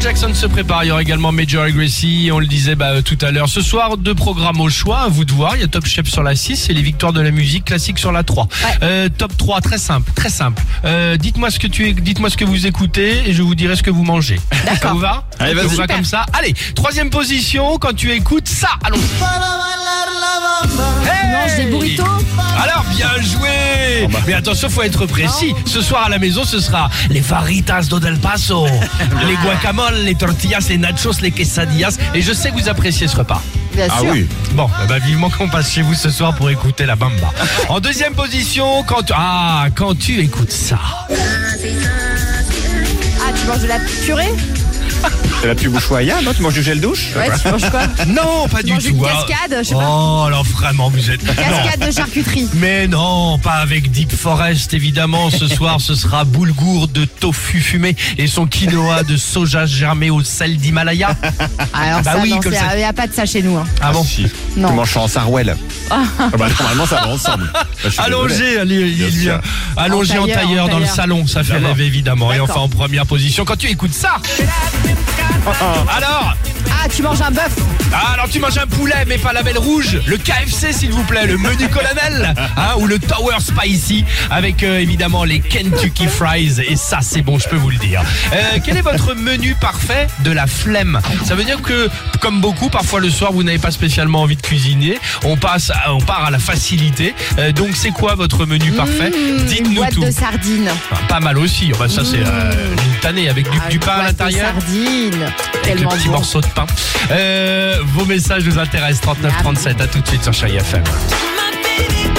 Jackson se prépare. Il y aura également Major Gracie. On le disait bah, euh, tout à l'heure. Ce soir, deux programmes au choix. À vous de voir. Il y a Top Chef sur la 6 et les victoires de la musique classique sur la 3. Euh, top 3, très simple. Très simple. Euh, dites-moi ce que tu dites-moi ce que vous écoutez et je vous dirai ce que vous mangez. Ça vous va Allez, Ça vas-y. vous va comme ça. Allez, troisième position. Quand tu écoutes ça, allons. Hey Mange des burritos. alors, bien joué Mais attention, faut être précis. Ce soir à la maison, ce sera les faritas do del paso, les guacamoles, les tortillas, les nachos, les quesadillas. Et je sais que vous appréciez ce repas. Bien Ah sûr. oui. Bon, eh ben, vivement qu'on passe chez vous ce soir pour écouter la bamba. En deuxième position, quand tu... Ah, quand tu écoutes ça. Ah, tu manges de la purée Ah C'est la pub bouchoya, non Tu manges du gel douche Ouais, tu manges quoi bah. Non, pas du manges tout. une hein. cascade, je sais pas. Oh, alors vraiment, vous êtes... Non. Cascade de charcuterie. Mais non, pas avec Deep Forest, évidemment. Ce soir, ce sera boulgour de tofu fumé et son quinoa de soja germé au sel d'Himalaya. Ah, Alors Bah ça, oui, non, comme c'est- ça. il n'y a pas de ça chez nous. hein. Ah bon si. Non. Tu manges ça en sarouel. Ah bah, normalement, ça va ensemble. Bah, je suis désolé. Allongé, allez, il Bien vient. sûr. allongé en En tailleur, tailleur, en dans le tailleur. salon, ça fait Évidemment. rêver évidemment. Et D'accord. enfin en première position, quand tu écoutes ça. Alors, Ah, tu manges un bœuf. ah, alors tu manges un poulet mais pas la belle rouge, le KFC s'il vous plaît, le menu colonel, hein, ou le Tower Spicy avec euh, évidemment les Kentucky Fries et ça c'est bon, je peux vous le dire. Euh, quel est votre menu parfait de la flemme Ça veut dire que comme beaucoup, parfois le soir vous n'avez pas spécialement envie de cuisiner, on passe, à- on part à la facilité. Euh, donc c'est quoi votre menu parfait Mmh, Une Dites-nous boîte tout. de sardines. Enfin, pas mal aussi, Oh, bah, ça c'est euh, une tannée avec du, Ah, du une pain à boîte de l'intérieur. Sardines. Avec le Tellement petit bon. morceau de pain. Euh, vos messages nous intéressent. 39 37, à tout de suite sur Chai FM. My baby